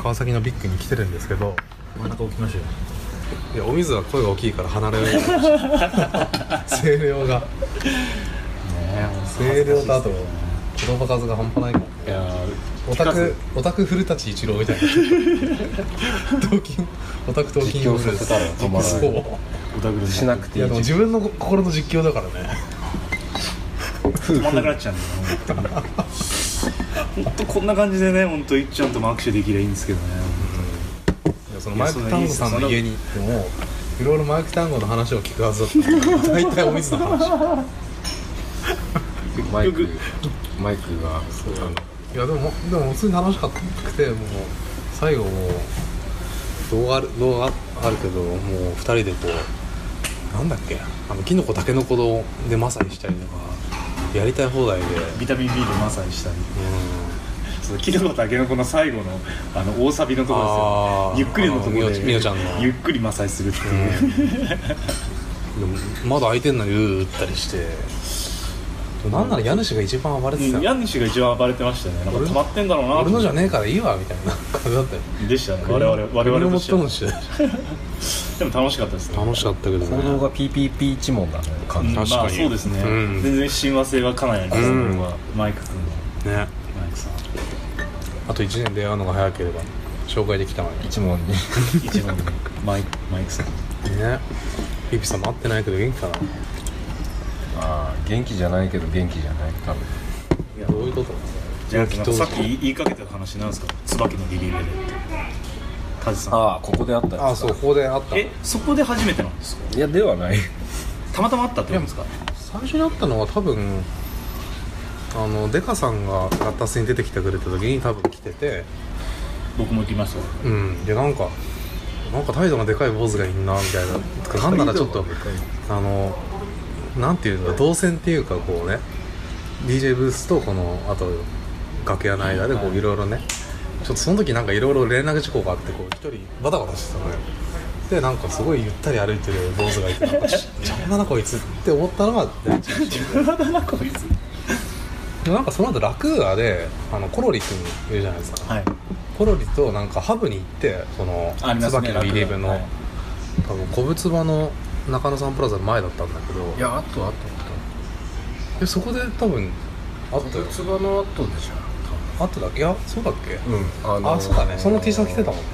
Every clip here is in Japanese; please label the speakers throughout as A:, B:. A: 川崎のビッグに来てるんですけど
B: 真ん中置きましょうよ
A: いやお水は声が大きいから離れられない 声量が
B: ね
A: 声量とあと
B: い
A: 言葉数が半端ないから
B: や
A: オタクオタク古舘一郎み たいな同金オタク同金
C: 実況
A: ブルー
C: さ
A: ス
C: せたら止まらない
A: そう
B: オタクです
C: しなくてい
A: いや
C: い
A: でも自分の心の実況だからね
B: 止まんなくなっちゃうんだよな本当こんな感じでね本当いっちゃんとも握手できりゃいいんですけどね
A: いやそのマイク・タンゴさんの家に行ってもいろいろマイク・タンゴの話を聞くはずだったのに大体お水の話
C: マイク
B: 結
C: マイクがあの
A: いやでもでも普通に楽しかったくてもう最後もう動画ある動画あるけどもう2人でこうなんだっけあのキノコタケノコ丼でマサイしたりとかやりたい放題で
B: ビタミン B でマサイしたり
A: うん
B: そのキノコタケノコの最後のあの大サビのところ
A: あー
B: ですよゆっくりのところ
A: あ
B: で
A: のみよちゃんの
B: ゆっくりマサイするっていう、
A: でも窓開いてんのにうー打ったりしてなんなら家主が一番暴れてた
B: うん
A: よ
B: 家主が一番暴れてましたよねなんか
A: 俺
B: 溜まってんだろうな
A: 俺のじゃねえからいいわみたいな感じだったよ
B: でしたね我々我々とし
A: 車持っ
B: ては
A: てもんし
B: でも楽しかったですね
A: 楽しかったけどね
C: 行動が PPP 一問だね
B: う
C: 感
B: ん
C: じ
B: まあ
A: 確かに
B: そうですね、
A: うん
B: 全然親和性はかなりありますね、
A: うん
B: これはマイク君の
A: ね
B: マイクさん
A: あと1年出会うのが早ければ紹介できたのに
C: 一問に
B: 一番のマイクマイクさん
A: ねピピさんも会ってないけど元気かな
C: ああ元気じゃないけど元気じゃない多分
A: どういうこと
B: じゃあ
A: きっ
B: さっき言い言いかけた話なんですか椿のリリーベでってカジさん
C: ああここであった
A: あ
C: や
A: あ
C: つ
A: そ
C: だ
A: うここで会ったの
B: えそこで初めてなんですか
C: いやではない
B: たまたまあったってことですか
A: 最初に会ったのは多分あのデカさんがラッタスに出てきてくれた時に多分来てて
B: 僕も行きましたよ
A: うんでなんかなんか態度がでかい坊主がいんなみたいなつかなんならちょっとあのなんていうんだ動線っていうかこうね DJ ブースとこのあと楽屋の間でこういろいろねちょっとその時なんかいろいろ連絡事項があってこう一人バタバタしてたのよでなんかすごいゆったり歩いてる坊主がいて なんかちっちゃい女の子いつって思ったのが第一印象
B: こいつ
A: でなんかその後ラクーアであのコロリ君いるじゃないですか
B: はい
A: コロリとなんかハブに行ってその
B: ありますね
A: 椿のイレブンの、
B: はい
A: 多分古物場の中野サンプラザの前だったんだけど
C: いやあとあとあ
A: えそこで多分あった
C: と
A: よ
C: つばの後でしょ
A: あっただっけいやそうだっけ、
C: うんあ
A: あそうだねその T シャツ着てたもんね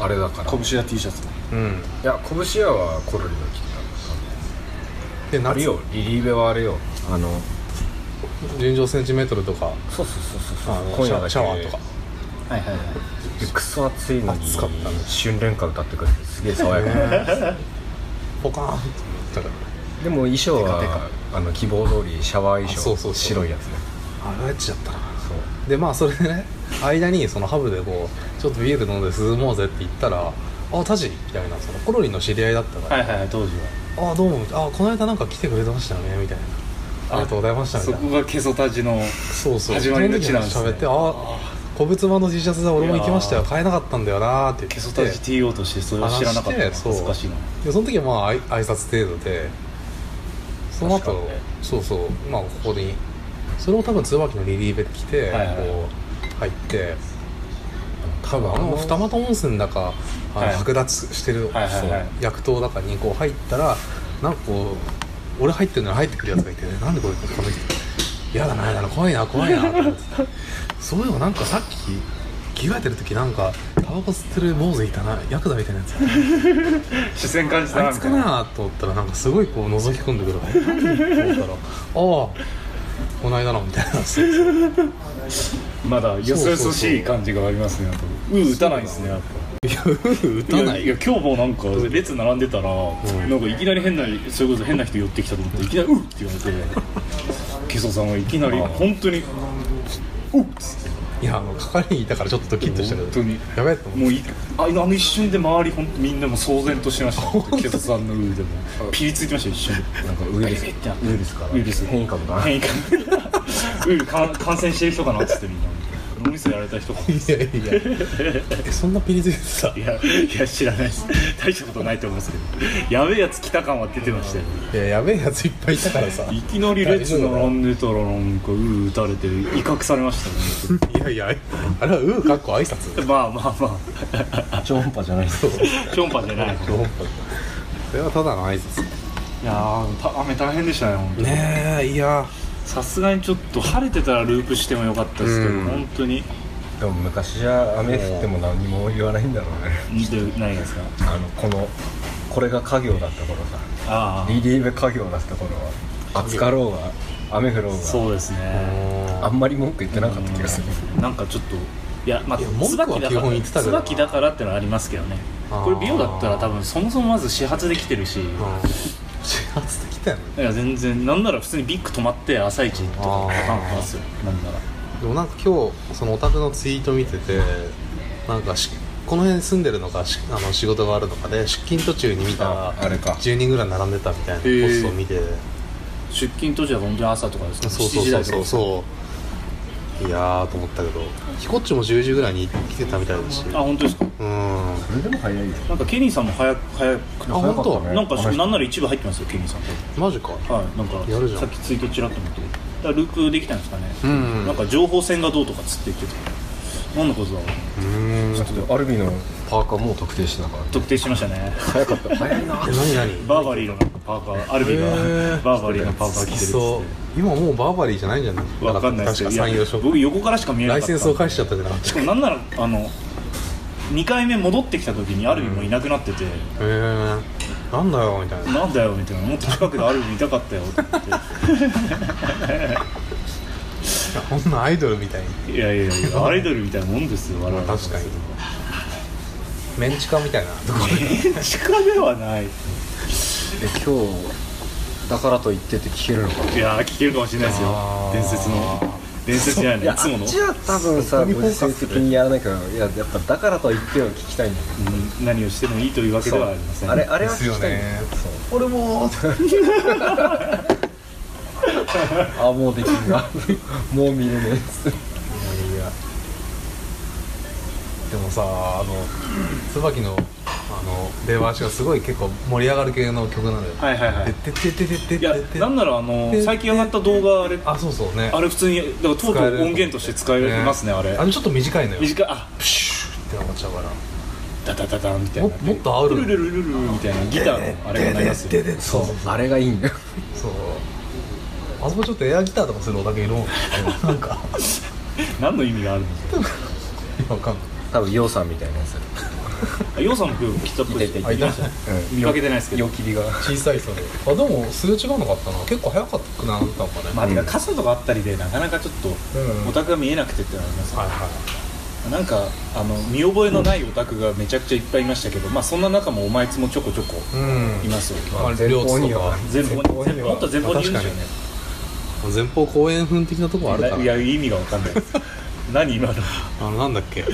C: あれだからい
B: 拳や T シャツ
A: うん
C: や拳屋はコロリが来てたんだ
A: で
C: あれ
A: 夏
C: よリリーベはあれよあの
A: 純情センチメートルとか
C: そうそうそうそう
A: あの
C: 今
A: シ
C: 夜
A: ャ
C: だけ
A: シャワーとか
B: はいはいはい
C: クソ暑いのに
A: 暑かったね
C: 春蓮歌歌ってくれてすげえ爽やか
A: ポカーンってなったか
C: でも衣装
B: テカ
C: はあの希望通りシャワー衣装
A: あそうそうそう
C: 白いやつね
A: らあれやっちゃったな
C: そう
A: でまあそれでね間にそのハブでこうちょっとビール飲んで涼もうぜって言ったら「あタジ」みたいなそのコロリの知り合いだったから
B: はいはいはい当時は
A: ああどうもあこの間なんか来てくれてましたよねみたいなありがとうございましたみた
B: そ
A: いな
B: こがケソタジの
A: そうそう
B: 始まりの地なんです
A: そ
B: ね
A: の時に喋ってあ古物版の T シャツだ俺も行きましたよ
B: いや
A: 買えなかったんだよなーって
B: ケ
A: 言
B: ソ
A: っ
B: タ
A: て
B: ジ TO としてそれを知らなかった
A: 話
B: の
A: してそう
B: 恥ずかしいな
A: でその時はまああい挨拶程度でその後、
B: 確かにね
A: そうそうまあここにそれも多分椿のリリーベで来て、
B: はいはいはい
A: こう入って多分あの二俣温泉だかあの
B: はい
A: 剥奪してる、
B: はいはいはい
A: 薬湯だかにこう入ったらなんかこう俺入ってるのに入ってくるやつがいて、ね、なんでこれこの人嫌だな嫌だな怖いな怖いなと思ってそういえばなんかさっき着替えてる時なんかタバコ吸ってる坊主いたなヤクザみたいなやつ
B: 視線感じた
A: あ
B: ないみ
A: つ
B: た
A: か
B: い な
A: なと思ったらなんかすごいこう覗き込んでくるわと思ったら「ああこの間の」みたいな
B: まだよそよそしい感じがありますねなんかうー打たないですねやっぱ
A: 打たない
B: いや今日もなんか列並んでたら、なんかいきなり変なそれこそ変な人寄ってきたと思っていきなり「うっ!」って言わ れてケソさんはいきなり本当に「うっ!」っつって
A: いやあの係員いたからちょっとドキッとしたけど
B: 本当に
A: やべえと思っ
B: もういああの一瞬で周りほんとみんなもう騒然としてましたケソさんの「うーでもピリついてましたよ一瞬
C: なんかウイルス
B: ビビってなって
C: ウイルスから
B: ウイルス
C: 変異株だな
B: 変異感うーか感染してる人かなっつってみんな脳みそやられた人い
A: いやいやえそんなピリついてさ
B: やいや知らないです大したことないと思いますけどやべえやつ来た感は出てましたよ
A: いややべえやついっぱいいたからさ
B: いきなり列並んでたらなんかうー打たれて威嚇されましたね
A: いやいやあれはうーかっこ挨拶
B: まあまあま
C: 超音波じゃないです
B: あチョンパじゃないい
A: それはただの挨拶
B: やーた雨大変でしたね本当に
A: ねえいや
B: さすがにちょっと晴れてたらループしてもよかったですけど、
A: うん
B: 本当に
C: でも昔じゃ雨降っても何も言わないんだろうね
B: 似てないですか
C: あのこのこれが家業だった頃さ
B: あ
C: リリーベ家業だった頃は暑かろうが雨降ろう
B: あ
C: が
B: そうですね
C: あんまり文句言ってなかった気がする
B: なんかちょっといやまあ
A: いや文句は
B: 椿だか
A: 基本
B: ら
A: 言ってたけどな
B: 椿だからってのはありますけどね
A: あー
B: これ美容だったら多分そもそもまず始発で来てるし
A: うん始発できたよね
B: いや全然なんなら普通にビッグ止まって朝一とか
A: あー
B: パターンありますよなんなら
A: でもなんか今日そのお宅のツイート見ててなんかしこの辺住んでるのかしあの仕事があるのかで出勤途中に見たら
C: ああれか
A: 10人ぐらい並んでたみたいなポ
B: ー
A: ストを見て、
B: 出勤途中は本当に朝とかですか
A: そう
B: 7
A: そう
B: 時
A: そ
B: 台
A: う
B: と
A: そ
B: か
A: うそういやーと思ったけどひこっちも10時ぐらいに来てたみたいだし
B: あ本当ですか
A: うんあ
C: それでも早いよ
B: なんかケニーさんも早く早くな
A: 本当、
C: ね
B: なんかなんなら一部入ってますよケニーさん
A: マジか
B: はいなんか
A: やるじゃん
B: さっきツイートちらっと見てだからループできたんですかね
A: うん
B: なんか情報戦がどうとかっつって言ってて何のことだろう
A: うん
C: だってアルビのパーカーもう特定してたから
B: 特定しましたね
C: 早かった早いな
A: え何何
B: バーバリーのパーカーアルビが
A: へー
B: バーバリーのパーカー
A: 好
B: 着て
A: き
B: るっつって
A: そう今もうバーバリーじゃないんじゃない
B: わかんないです
A: 確
B: け
A: か
B: ど
A: 山陽
B: や
A: 商
B: 僕横からしか見えな
A: ライ
B: かった
A: センスを返しちゃったじゃなかった
B: しかもなんならあの2回目戻ってきた時にアルビもいなくなってて、
A: へえなんだよみたいな
B: なんだよみたいなもっと近くでアルビ見たかったよって言っ
A: こんなアイドルみたいに
B: ていやいやいやアイドルみたいなもんですよ我々
A: 確かにメンチカみたいなとこ
B: 近ではないい
C: え今日だからと言ってって聞けるのかない
B: やー聞けるかもしれないですよ
A: あー
B: 伝説の伝説じゃないのいつもの
C: じゃあ多分さ
A: そこにフォ
C: 物
A: ーカ
C: 性
A: スす
C: 的
A: る
C: にやらなきゃいややっぱだからと言っては聞きたいんだけど
B: うん何をしてもいいというわけではありません
C: あれあれ
A: で
C: は
A: す
C: 聞
A: よ
C: きたいんだ
A: ね
C: けどそう
A: 俺も
C: あもうできんな もう見れねえっつって
A: いやでもさあの椿のあの出回しがすごい結構盛り上がる系の曲なのよ
B: はいはいは
A: で
B: い
A: てってってってってっ
B: いや
A: てって
B: なんならあの最近上がった動画あれ
A: あそうそうね
B: あれ普通にだからとうと
A: 使える
B: う音源として使えますねあれ
A: あれちょっと短いのよ
B: 短いあ
A: プシューってなっちゃうから
B: ダダダダンみたい
A: も
B: な
A: もっとある
B: ルルルルルルみたいなギターのあれが鳴ります
A: で
B: よ
A: でで
C: そ
A: そううそう
C: あれがいいんだよ
A: そうあそこちょっとエアギターとかするおだけいるもんなんか
B: 何の意味があるんですか
A: いやわかんない
C: 多分ヨウさんみたいなやつ
B: あヨウさんの曲来たっぽいです
C: い
B: よ
C: た
A: いたいた
B: 聞きました
C: う
B: 見かけてないですけど
C: よきりが
A: 小さい人であでもすれ違うのかったな結構早かったくなったのかね、
B: まあてか傘とかあったりでなかなかちょっと
A: うん
B: オタクが見えなくてってのはあります
A: はいは
B: なんかあの見覚えのないオタクがめちゃくちゃいっぱいいましたけどまあそんな中もお前つもちょこちょこ
A: いうん
B: いますよ
A: まあ
C: 前
A: 両
C: 方
A: 津
C: に
A: と
C: は
A: か
B: 前方に前方もっと前方にいるんですよね
A: 前方後円墳的なとこあるから
B: いや意味がわか んないです何今の
A: あのなんだっけ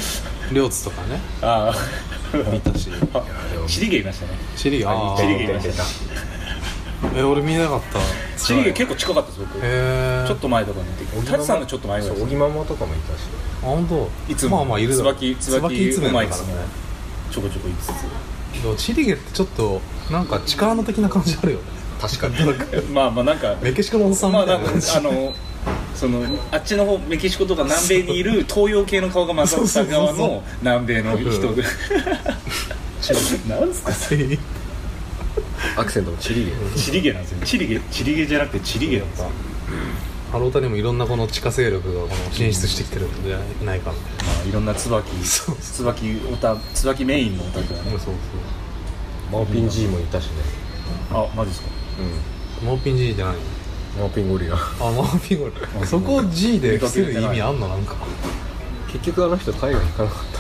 A: 両津とかね
B: あ
A: 見たし
B: あチリゲいましたね
A: チリあー
B: チリゲいました
A: え俺見えなかったへ
B: チリゲ結構近かったです僕
A: え
B: ちょっと前とかにいて舘さんのちょっと前ぐらい
C: 小
B: です
C: 木ママとかもいたし
A: あ本当
B: いつも
A: まあまあいるだろう
B: 椿
A: 椿い
B: 椿
A: つ
B: う
A: め
B: まい
A: だ
B: で
A: から
B: すね
A: ね
B: ちょこちょこいつつ
A: でもチリゲってちょっとなんか力の的な感じあるよね確かに
B: まあまあなんか
A: メキシコのおっさんみ
B: ま
A: た
B: あ
A: いな
B: なんか
A: 感じ、
B: あのそのあっちの方メキシコとか南米にいる東洋系の顔が混ざった側
A: そうそうそう
B: の南米の 人でなんすか
C: アクセントもチリゲ
B: チリゲなんですよチリゲチリゲじゃなくてチリゲなんですよ
A: ハロータにもいろんなこの地下勢力がこの進出してきてるんじゃないかみたいな
B: まあいろんな椿
A: そうそ
B: 椿オタ椿メインのオタクがね
A: うそう
C: マオピン G もいたしね
B: あマジですか
A: そうモーピン G じゃない
C: うんマオピンゴリラ
A: あモーピンゴリラそこを G で伏せる意味あんのなんか
C: 結局あの人海外行かなかった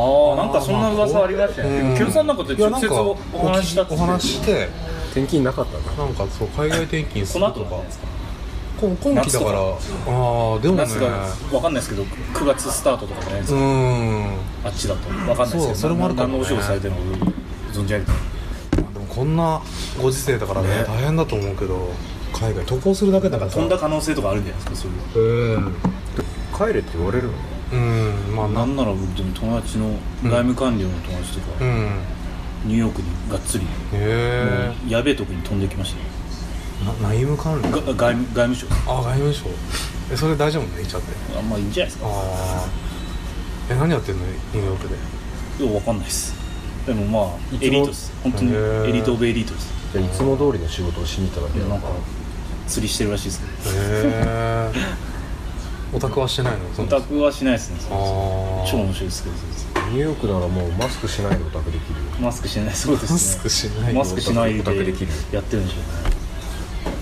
B: ああなんかそんな噂ありましたよねでもケロさんなんかと
A: いや
B: 直
A: なん
B: 接
A: か
B: お話ししたっつ
A: お
B: っ
A: お
B: て
A: 話しして
C: 転勤なかったな
A: なんかそう海外転勤す
B: こ
A: る
B: の
A: と
B: 後な
A: か
B: んじゃないですか
A: こ今期だからああーでもね
B: 夏がわかんないですけど9月スタートとかじゃないです
A: う
B: か、
A: ーん
B: あっちだとわかんないですけど
A: そうそれもあるかもね
B: 何のお仕事されてるのか存じ上げてない
A: でもこんなご時世だからね
B: ね
A: 大変だと思うけど海外渡航するだけだからさ
B: 飛んだ可能性とかあるんじゃないですかそうい
A: う
B: う
A: ん
D: 帰れって言われるの
A: うんまあ
B: な
A: なん
B: んなら本当に友達の外務官僚の友達と
A: う
B: か、
A: ん
B: ニューヨークにがっつり、
A: へえ
B: やべえとこに飛んできましたよ
A: 内務関連
B: が外務外務省
A: あ外務省えそれ大丈夫ねいちゃって
B: あんまあいいんじゃないですか
A: ああえ何やってんのニューヨークで
B: ようわかんないですでもまあ
C: いつも
B: エリートです本当に
A: へー
B: エリートオブエリートです
D: じゃあいつも通りの仕事をしに行っただけ
B: いや
D: な
B: な
D: の
B: んか
D: か
B: 釣りしてるらしいですけど
A: へえオタクはしてないのそ
B: オ
A: の
B: タクはしないですねそ
A: あ
B: う超
A: ー
B: 面白いですけどそうです
D: ニューヨークならもうマスクしないでオタクできるよ
B: マスクしてないそうですね
A: マスクしない
B: マスクしないで
D: オタクできる
B: やってるんでしょうね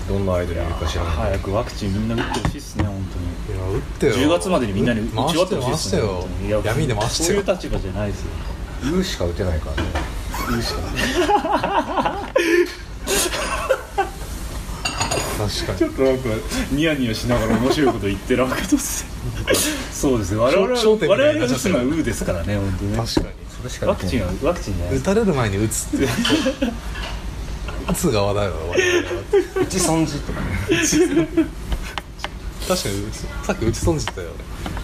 D: どんなアイドルいるか知らない
B: 早くワクチンみんな打ってほしいですね本
A: いや打って
B: 当
A: よ
B: に10月までにみんなに打ち
A: 回
B: 終
A: し
B: わって
A: て
B: ほ
A: よ回し
B: しいです
A: て
B: ね
A: よ
B: 本当にいや
A: 闇で回してよ
B: そういう立場じゃないですよ
D: 言うしか打てないからね
B: 言うしかない
A: 確かに
B: ちょっとなんかニヤニヤしながら面白いこと言ってるわけ ですそうですね我々は
A: 焦焦点み
B: 我
A: たいにな
B: 々が
A: っちゃって
B: 打つ
A: る
B: のはウーですからね本当にね
A: 確かに
D: それしか
B: ワ
D: で
B: ク
D: き
B: チン
D: ない
B: はワクチンじゃないで
A: 打
B: す
A: たれる前に打つ って打つ側だよ我々は
D: うち損じとかね
A: 確かにうちさっき打ち損じてたよね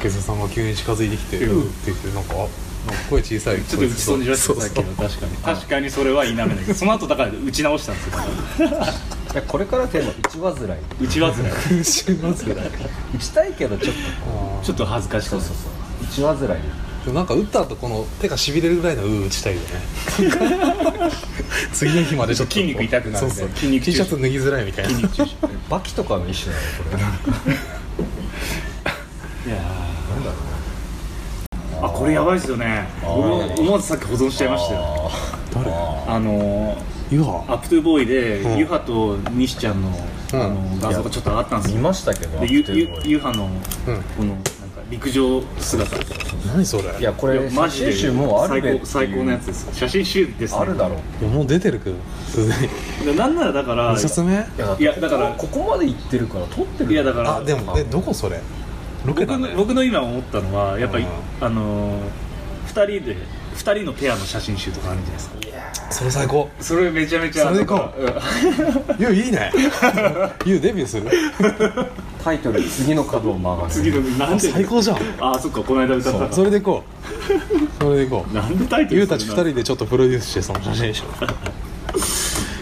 A: 警察さんが急に近づいてきて「
B: うん
A: うっ」て言ってなんかあなんか声小さい
B: ちょっと打ち損じました
A: そう
B: さっ
A: そ
B: き
A: う
B: の確かに確かにそれは否めないけどその後だから打ち直したんですよ
D: いやこれからテーマ打ち煩い
B: 打ちわずらい
A: 打ちまずい
D: 打ちたいけどちょっ
B: ちょっと恥ずかしか
D: と
B: った
D: そうそう打ち煩い
A: でもなんか打った後この手がしびれるぐらいの「うー」打ちた いよね次の日までちょっと
B: 筋肉痛くなる
A: そ
B: ね
A: うそう
B: 筋肉
A: T シャツ脱ぎづらいみたいな
D: バキとかの一種なのこれなんか
B: いやーあこれやばいですよね僕も思わずさっき保存しちゃいましたよ
A: 誰
B: あのー
A: ユ
B: ア
A: ハ
B: ップトゥーボーイで、
A: うん
B: ユハと西ちゃんの,、
A: うん
B: あの画像がちょっとあったんです
D: 見
B: よ
D: ましたけ
B: で
D: どア
B: ゆ
D: クテ
B: ゆ
D: ィブボーイ
B: ユハの
A: うん
B: このなんか陸上姿
A: 何それ
D: いやこれ
B: マ
D: マ
B: ジ
D: ジ
B: で
D: で集もうある
B: 最
D: べ
B: 高最高のやつです写真集です、ね、
D: あるだろう
A: いやもう出てるけどすでに
B: だからなんならだから
A: 2冊目
B: いやだから
D: こここまで行ってるから撮ってる
B: いやだから
A: あでもえどこそれロケ
B: 僕
A: だ
B: の
A: ね
B: 僕の今思ったのはやっぱり、
A: うん
B: あのー、2人で2人のペアの写真集とかあるじゃないですか
A: それ最高
B: それめちゃめちゃ
A: それで行こう
B: うん
A: ユウいいね ユウデビューす る
D: タイトル次の角を曲がる
B: 次のなんで
A: 最高じゃん
B: あそっかこの間歌ったか
A: それで行こうそれで行こう
B: なんでタイトル
A: ユウたち2
B: そんな
A: 人でちょっとプロデュースしてその写真集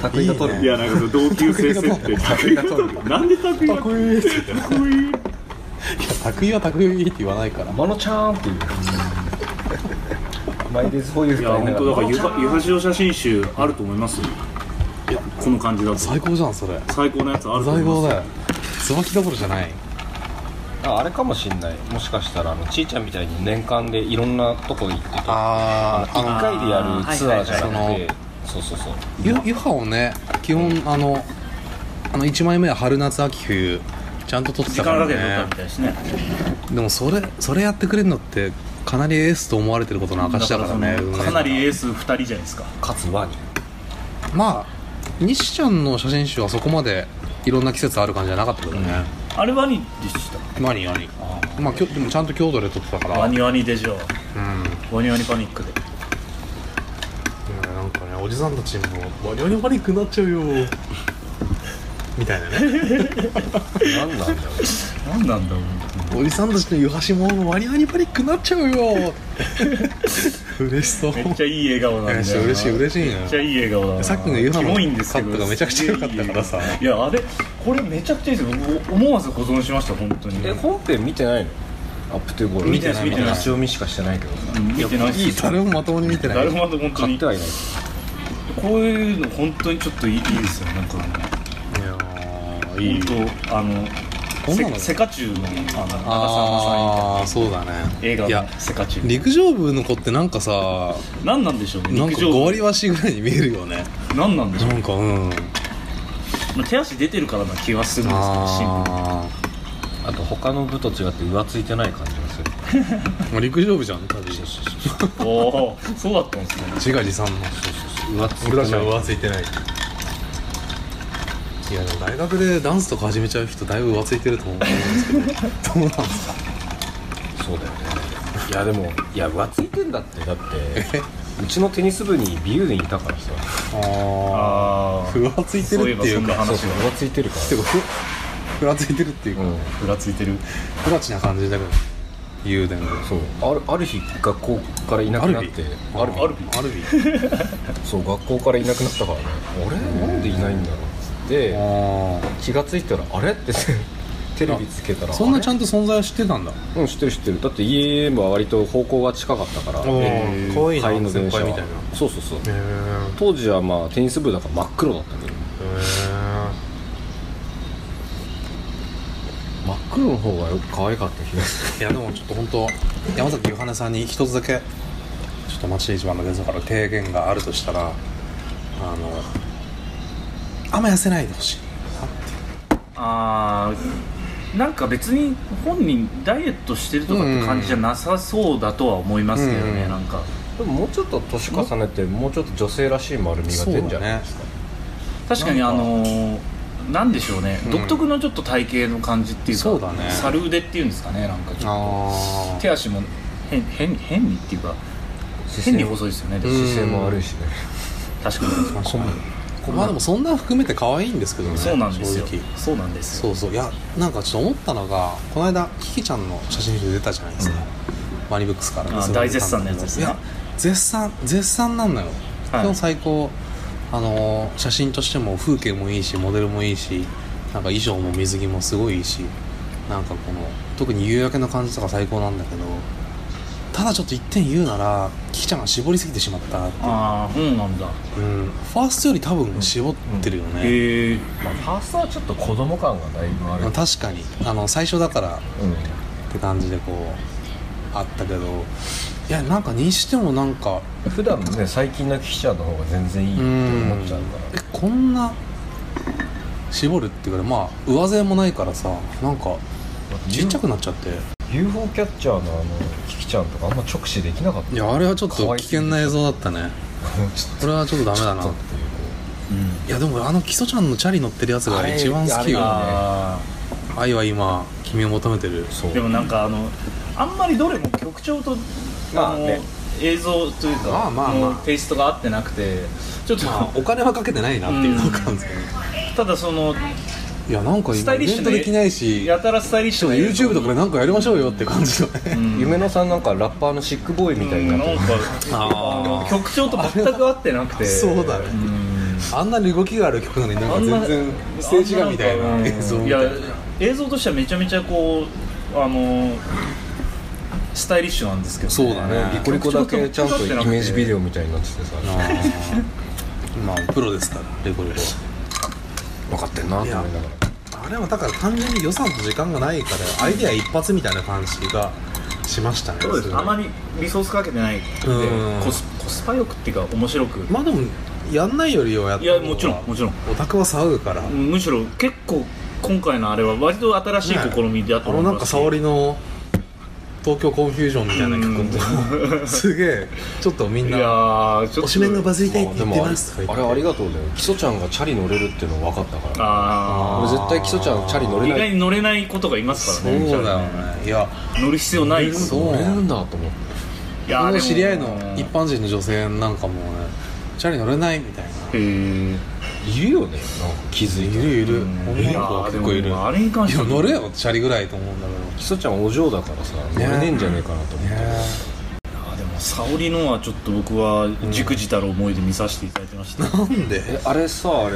D: 拓井が撮る
A: いい
B: いやなんかその同級生設定
D: 拓井が撮る
B: なんで拓
A: かっこいいって言っていや
B: いい
A: 拓井は拓井って言わないから
D: マノちゃんっていうマイデズホイール
B: いや本当だからゆはゆはしお写真集あると思いますよいやこの感じだと
A: 最高じゃんそれ
B: 最高のやつあると思い
A: 最高
B: ます
A: だよ椿どころじゃない
D: ああれかもしんないもしかしたらあのちいちゃんみたいに年間でいろんなとこ行ってた
A: あ
D: 一回でやるツアーじゃ
A: あーは
D: ない
A: はい
D: く
A: はい
D: てそうそうそう
A: ゆゆはをね基本あのあの1枚目は春夏秋冬ちゃんと撮って
B: 時
A: たか
B: 間
A: ら
B: かけて撮った
A: ね
B: みたいですね
A: でもそれそれやってくれるのってかなりエースと思われてることの証だからね
B: だからそ
A: 運営
B: の
A: が
B: かなりエース2人じゃないですか
D: 勝つワニ
A: まあ西ちゃんの写真集はそこまでいろんな季節ある感じじゃなかったけどね、
B: あれワニでした
A: 何何まあきょでもちゃんと郷土で撮ってたから
B: ワ
A: うん
B: ニワニでしょワニワニパニックで
A: いやなんかねおじさんたちも「ワニワニパニックになっちゃうよ」みたいなね
D: 何なんだろう
B: 何なんだろう
A: おじさんたちの湯橋もワニワニパニックになっちゃうよ 嬉しそう
B: めっちゃいい笑顔なんだよ
A: 嬉しい嬉しい嬉しい
B: め
A: な
B: っちゃいい笑顔だな
A: さっきのユハの
B: キモいんですけ
A: カ
B: ど
A: ットがめちゃくちゃ良かったからさ
B: いやあれこれめちゃくちゃいいですよ僕思わず保存しました本当に
D: え本編見てないのアップトゥーボール
B: 見てない見てない
D: 立ち読みしかしてないけどさ
B: うん見てないっす
A: 誰もまともに見てない
B: 誰もまだ本当
D: 買っ
B: に
D: てはいない
B: こういうの本当にちょっといいいいですよなんかね
A: いやーいい
B: 本当あの
A: こんなの
B: せセカチュウのあの長澤
A: ああそうだね
B: まさみ映
A: い
B: 画
A: や
B: のセカチュウ
A: 陸上部の子ってなんかさ
B: 何なんでしょうね
A: なん
B: 陸
A: か
B: 上
A: 5
B: 部
A: 割増しぐらいに見えるよね
B: 何なんでしょ
A: な
B: う、
A: んかうん
B: まあ、手足出てるからな気はするんですけどシンプルに
A: あ
D: あと他の部と違って浮ついてない感じがす
A: ー
D: る
A: まあ陸上部じゃん多分
B: おおそうだったんですね
A: 自画自賛の
D: 浮つい
A: 僕
D: てな
A: た
D: い
A: ちは浮ついてないいやでも大学でダンスとか始めちゃう人だいぶ浮ついてると思うんですけどどうなんですか
D: そうだよねいやでもいや浮ついてんだってだってうちのテニス部に美優でいたからさ
A: あ
B: あ
A: あ浮ついてるっていうか
D: そうそう浮ついてるか
A: てかふふらついてるっていう
D: ら
A: か、
D: うん
B: ふらついてる
A: ふらちな感じだけど雄伝が
D: そうあるある日学校からいなくなって
A: アルビ
B: アルビ
A: アルビ
D: そう学校からいなくなったからねあれなんでいないんだろうっつって
A: あ
D: 気がついたらあれってテレビつけた
A: あ
D: ら
A: そんなちゃ
D: ん
A: んと存在は知ってたんだ
D: うん知ってる知ってるだって家も割と方向は近かったから
A: おー
D: えー
A: かわいいな
D: 帰りの電車は
A: 先輩みたいな
D: そうそうそう
A: へえ
D: 当時はまあテニス部だから真っ黒だったけど真っ黒の方がよく可愛かった気がする
A: いやでもちょっと本当山崎ゆはねさんに一つだけちょっと町一番のゲストから提言があるとしたらあのあんま痩せないでほしい
B: あーなんか別に本人ダイエットしてるとかって感じじゃなさそうだとは思いますけどね、
A: うん
B: なんか
D: でももうちょっと年重ねてもうちょっと女性らしい丸みが出るんじゃないですか
B: 確かにあのーなんでしょうね、
A: うん
B: 独特のちょっと体型の感じっていうか
A: そうだね
B: 猿腕っていうんですかねなんかちょっ
A: あ
B: と手足も変変変にっていうか変に細いですよねでも
A: うん
D: 姿勢も悪いしね
B: 確かに
A: こまあでもそんなん含めて可愛いんですけどね
B: そうなんですよ
A: 正直
B: そうなんですよ
A: そうそういやなんかちょっと思ったのがこの間キキちゃんの写真集出たじゃないですか、マニブックスから
B: あ
A: すごい
B: 大絶賛のやつですね
A: いや絶賛絶賛なんだよ、
B: はい
A: でも最高あのー写真としても風景もいいしモデルもいいしなんか衣装も水着もすごいいいしなんかこの特に夕焼けの感じとか最高なんだけどただちょっと一点言うならキキちゃんが絞りすぎてしまったっていう
B: ああそうなんだ
A: うん、ファーストより多分絞ってるよね、
B: へえ
D: まあ、ファーストはちょっと子供感がだいぶある、
A: まあ確かにあの最初だから
D: うん
A: って感じでこうあったけどいやなんかにしてもなんか
D: 普段ね最近の記者の方が全然いいって思っちゃうから
A: えこんな絞るっていうかまあ上背もないからさなんかちっちゃくなっちゃって
D: UFO キャッチャーのあのキキちゃんとかあんま直視できなかった
A: いやあれはちょっ
D: か
A: と
D: わい
A: 危
D: すぎ
A: 険
D: る
A: な映像だったね
D: もうちょっ
A: これはちょっとダメだな
D: とっ
A: い
D: ていう
A: やでもあの基礎ちゃんのチャリ乗ってるやつが一番好きよ
D: あれ
B: あ
A: 愛は今君を求めてる
D: そう
B: あでもなんかあのあんまりどれも曲調と
D: ま
B: あ
D: あ
B: の
D: ね
B: 映像というか、
A: まあまあまあ
B: のテイストが合ってなくてちょっと、
A: まあお金はかけてないなっていうのを感じたね
B: ただその
A: いやなんか
B: スタ
A: 今
B: イ
A: イ
B: リッ
A: ベ
B: シュ
A: ン
B: な
A: トできないし
B: やたらスタイリッシュな映像
A: YouTube とかでなんかやりましょうよって感じだね
B: うん
D: 夢野さんなんかラッパーのシックボーイみたいになって
B: うんな
D: る
B: んか
A: あー
B: 曲調と全く合ってなくて
A: そうだね
B: ん
A: あんなに動きがある曲なのになんか全然ステージがみたいな映像みたいな
B: や映像としてはめちゃめちゃこうあのスタイリッシュなんですけど、
A: そうだね
D: リコリコだけちゃんとイメージビデオみたいになっててさ
A: あーまあプロですからレコレコ
D: 分かってんなと思いなが
A: あれはだから単純に予算と時間がないからアイデア一発みたいな感じがしましたね
B: そうです
A: ごい
B: あまりリソースかけてないんで
A: うん
B: コスコスパよくっていうか面白く
A: まあでもやんないよりはやっ
B: い
A: た
B: やもちろんも
A: ち
B: ちろん
A: ろんオタクは騒ぐから、
B: むしろ結構今回のあれは割と新しい試みだと
A: あの
B: 思い
A: なん
B: ま
A: か
B: す
A: 沙織の東京コンフュージョンみたいな曲も すげえちょっとみん
B: いや
A: な
B: ーちょっと
A: 推しメンがバズりたいっ
D: ら
A: て
D: で
A: 言っ
D: も
A: て
D: あれ
A: ますとか言って
D: あれありがとうだよキソちゃんがチャリ乗れるっていうの分かったから
B: あ
D: 俺絶対キソちゃんチャリ
B: ー
D: 乗れ
B: 意
D: な
B: 外
D: い
B: に乗れないことがいますからね
A: そうだよねいや
B: 乗る必要ないです
A: そう
D: 乗れるんだと思って
B: いや
A: 僕
B: ーで
A: の
B: も
A: 知り合いの一般人の女性なんかもねチャリ乗れないみたいな
B: へー
D: いるよねなんか気づい
A: いる
D: て
A: いる
B: い
A: 女
B: や
A: の子は
B: ーで
A: 結構いるい
B: も
A: や
B: あれに関しては
A: 乗れよチャリぐらいと思うんだけ
D: キソちゃんお嬢だからさ乗れねえんじゃねえかなと思っ
A: ど
D: て
A: ね
B: あでも沙織のはちょっと僕はじくじたる思いで見させていただいてま した、
A: なんで
D: えあれさ
A: かっ
D: あれ
A: た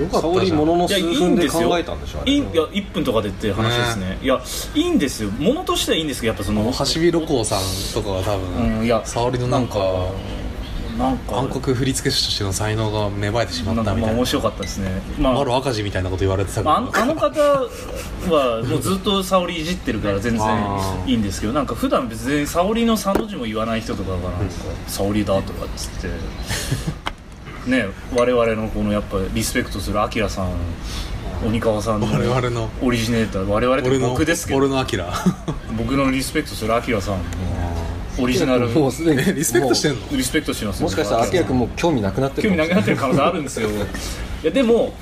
A: じゃん
D: 沙織ものの
B: いや
D: 数
B: いい
D: 分
B: ん
D: で
B: ですよ
D: 考えたんでしょあれ
B: いいいや1分とかでって話ですねいやいいんですよものとしてはいいんですけどやっぱその
A: ハシビロコウさんとかは多分、
B: うんいや
A: 沙織のなんか
B: なんか
A: 暗黒振付師としての才能が芽生えてしま
B: な
A: っ
B: んか
A: たみ
B: まあ
A: たいな
B: 面白かったですねまあ
A: マロ赤字みたいなこと言われてたけ
B: あの
A: ど
B: あの方はもうずっと沙織いじってるから全然
A: あー
B: いいんですけどなんか普段別に沙織の「さ」の字も言わない人とかがなんか「沙織だ」とかっつ ってね我々のこのやっぱリスペクトする明さん鬼川さんの
A: 我々の
B: オリジネーター我々って
A: 俺の
B: 僕ですけ
A: 俺
B: ど
A: のアキラ
B: 僕のリスペクトする明さんのオリジナル
D: もうすで
A: え
D: に
A: リスペクトしてんの
B: リスペクトしてますよ
D: もしかしたら
B: 僕は
D: 明君もう興味なくなって
B: 興
D: る
B: 味なくなってる可能性あるんですよいやでも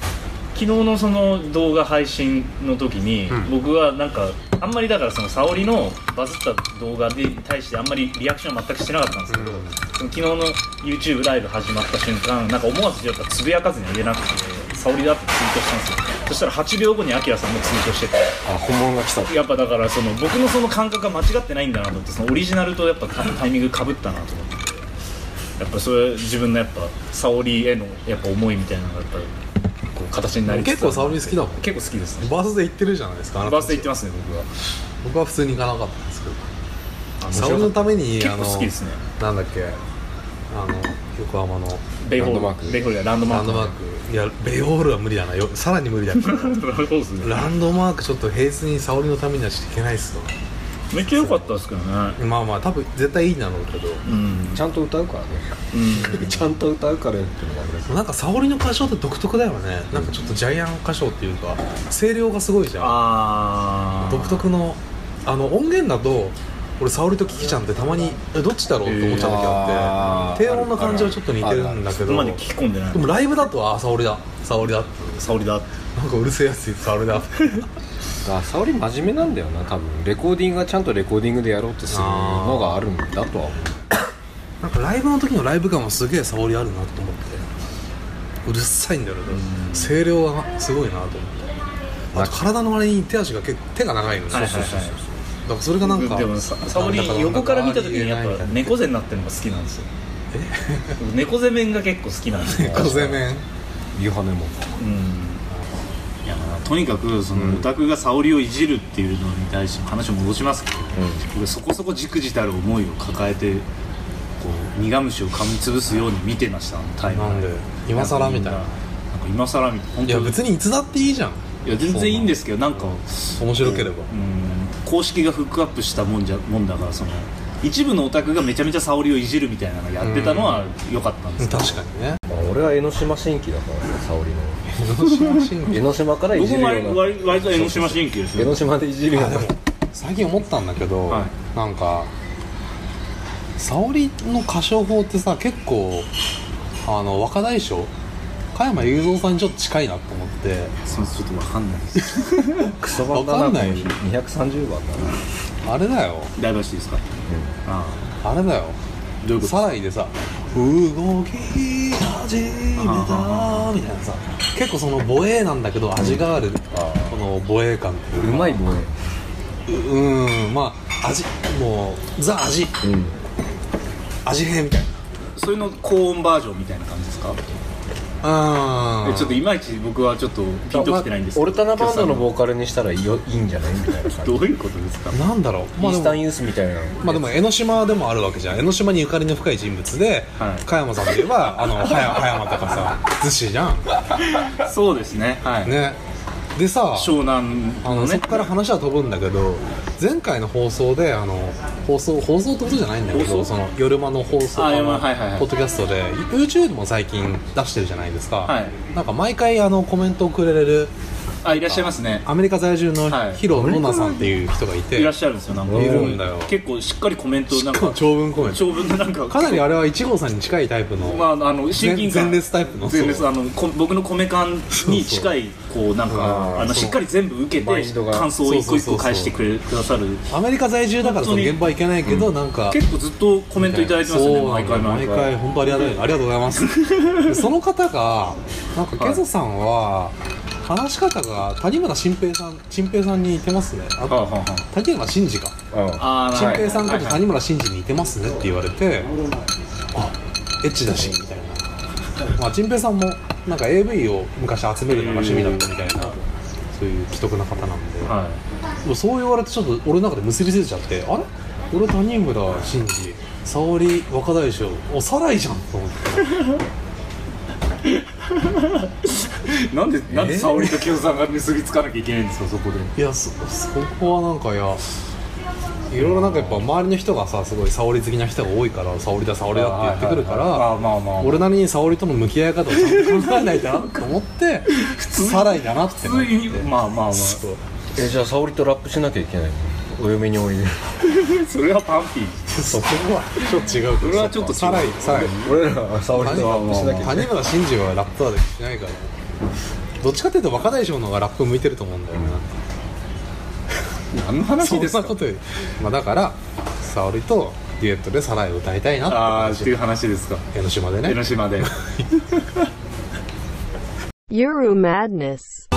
B: 昨日のその動画配信の時に、僕はなんかあんまりだからその沙織のバズった動画に対してあんまりリアクションは全くしてなかったんですけど、その昨日の YouTube ライブ始まった瞬間なんか思わずやっぱつぶやかずには言えなくて沙織だってツイートしたんですよそしたら8秒後にアキラさんもツイートしてて
D: あ本物が来た
B: やっぱだからその僕のその感覚が間違ってないんだなと思ってそのオリジナルとやっぱタイミングかぶったなと思ってやっぱそれ自分のやっぱ沙織へのやっぱ思いみたいなのがやっぱりこう形になりつつ
A: 結構沙織好きだもん
B: 結構好きですね
A: バースで行ってるじゃないですかあなた
B: バースで行ってますね僕は
A: 僕は普通に行かなかったんですけど
B: あ
A: 沙織のために
B: 結構好きですね
A: あのなんだっけあの横浜の
B: ベイホー
D: ランドマーク
B: ルベイホールやランドマ
A: ラ
B: ー
A: ン
B: ク
A: ドマークいやベイホールは無理だなよさらに無理だ から
B: そうですね
A: ランドマークちょっと平日に沙織のためにはしていけないっすよ
B: めっちゃ良かったですけどね
A: まあまあ多分絶対いいんだろうけど
B: うん
D: ちゃんと歌うからね
B: うん
D: ちゃんと歌うからっていうのが俺
A: なんか沙織の歌唱って独特だよねなんかちょっとジャイアン歌唱っていうか声量がすごいじゃん
B: あー
A: 独特のあの音源だと俺沙織とキキちゃんってたまにえどっちだろうって思っちゃう時あって
D: えー
A: 低音の感じはちょっと似てるんだけ
B: そこ
A: ど
B: まで聞き込んでない
A: でもライブだとあ沙織だ沙織だ
B: 沙織だ
A: なんかうるせえやつ沙織だ
D: あ沙織真面目なんだよな多分レコーディングはちゃんとレコーディングでやろうとするのがあるんだとは思う
A: なんかライブの時のライブ感はすげえ沙織あるなと思ってうるさいんだよね声量がすごいなと思ってあと体の割に手足が結構手が長いのね
B: はいはいはい
A: だからそれがなんか
B: でもさ沙織
A: なんだか
B: 横から見た時にや
A: なん
B: っ
A: だ
B: ぱ
A: か
B: 猫背になってるのが好きなんですよ僕猫背面が結構好きなんですよ
A: 猫背面
D: 湯羽根も
B: うんいやまあとにかくそのオタクが沙織をいじるっていうのに対して話を戻しますけど、僕そこそこじくじたる思いを抱えてこう苦虫を噛みつぶすように見てましたあのタイム
A: なんで今更みたいな
B: なんか今更みたいな本
A: いや
B: 当に
A: 別にいつだっていいじゃん
B: いや全然いいんですけどなんか
A: 面白ければ
B: うん公式がフックアップしたもんじゃもんだからその一部のオタクがめちゃめちゃ沙織をいじるみたいなのやってたのは良かったんですけど
A: 確かに ね
C: まあ俺は江ノ島新規だからね沙織の
A: 江ノ島新規
C: 江ノ島からいじ
B: 僕
C: る
B: も
C: よ
B: 割
C: うな
B: 割割と江ノ島新規です
C: 江
B: ね
C: ノ島でいじるよう
A: あ
C: な
A: でも最近思ったんだけど、
B: は
A: なんか沙織の歌唱法ってさ結構あの若大将加山雄三さんにちょっと近いなと思って
B: そうちょっとわかんないです
C: クソバカな
A: わかん
C: こ
A: な
C: の
A: い
C: 230番だな
A: あれだよ
B: ダイバーシティですか、ああ
A: あれだよ
B: どういうこと
A: サライでさ「動き始めた」みたいなさ結構その母英なんだけど味があるこの母英感っていう
C: う
A: か
C: まい棒ね
A: ううんまあ味もうザ味
C: うん
A: 味変みたい
B: そういうの高音バージョンみたいな感じですか
A: なうん
B: えちょっといまいち僕はちょっとピンときてないんですけど
C: オルタナバンドのボーカルにしたらいいよいいんじゃないみたいな感じ
B: どういうことです か
A: なんだろう
C: イースタ
A: で
C: ン
A: も
C: ユースみたいな
A: まあでも江ノ島でもあるわけじゃん江ノ島にゆかりの深い人物で、
B: はい
A: 加山さんといえばあ の葉山葉山とかさ逗子じゃん
B: そうですねはい
A: ねでさ
B: 湘南
A: あ
B: の
A: の
B: ね
A: そこから話は飛ぶんだけど前回の放送であの放送放送ってことじゃないんだけ
B: 放
A: ど
B: 送
A: その夜間の放送
B: あ
A: あの
B: 夜間はいはいはい
A: ポッドキャストで YouTube も最近出してるじゃないですか、
B: はい
A: なんか毎回あのコメントをくれる
B: あいらっしゃいますね
A: アメリカ在住の
B: はい
A: ヒロノナさんっていう人がいて、
B: いらっしゃるんですよなんか
A: いるんだよ
B: 結構しっかりコメントなん
A: しかも
B: か
A: 長文コメント
B: 長文でなんか
A: かなりあれは1号さんに近いタイプの、
B: まあ、あの親近感
A: 前列タイプの
B: 前列
A: そう
B: あのこ僕の米感に近いこうなん
C: あ
B: か
C: ー
B: あの
C: そう
B: しっかり全部受け
C: マ
B: て
C: インドが
B: 感想を一個一
A: そうそうそうそ
B: 個
A: う
B: 返してくれくださる
A: アメリカ在住だからそ
B: 本
A: の
B: 当に
A: 現場行けないけど、なんか
B: 結構ずっとコメントいただいてますね
A: そうな
B: 毎
A: んだ
B: 回毎
A: 毎
B: 回
A: 回本当ありがたいありがとうございます その方がなんかケゾさんは話し方が谷村新平さん新平さんに似てますねあ
B: はあはあは
A: 谷村新司か
C: あ
B: ああー
A: 新
B: はい
A: 平さんこと
B: はい
A: 谷村新司に似てますねって言われてあエッチだしみたいなまあ新平さんもなんか AV を昔集めるのが趣味だったみたいなそういう奇特な方なんで、
B: は
A: もうそう言われてちょっと俺の中で結びついちゃってあれ俺谷村新司沙織若大将おさらいじゃんと思って
B: いなんでなんで沙織と清さんが結びつかなきゃいけないんですかそこで
A: いやそそこはなんかいやいろいろなんかやっぱ周りの人がさすごい沙織好きな人が多いから沙織だ沙織だって言ってくるから、
B: あーまあまあ
A: 俺なりに沙織との向き合い方をちゃんと考えないとなと思って
B: に
A: さらいだなって
B: 普通にまあまあまあそ
A: そう
C: えじゃあ沙織とラップしなきゃいけないのお嫁においで
B: れはパンピー
A: そこはちょっと違うけど
B: それはちょっと違う
A: さらいさらい
C: 俺らは沙織とラップしなきゃいけない
A: 谷村新司はラップはできないからどっちかっていうと若大将の方がラップ向いてると思うんだよね、
B: 何の話
A: そん
B: です
A: な
B: か
A: ことより、まあ、だから沙織とデュエットで「サライ」を歌いたい
B: あ
A: な
B: あ
A: っ
B: っててい
A: 話
B: う話ですか
A: 江ノ島でね
B: 江ノ島で
E: Euro Madness.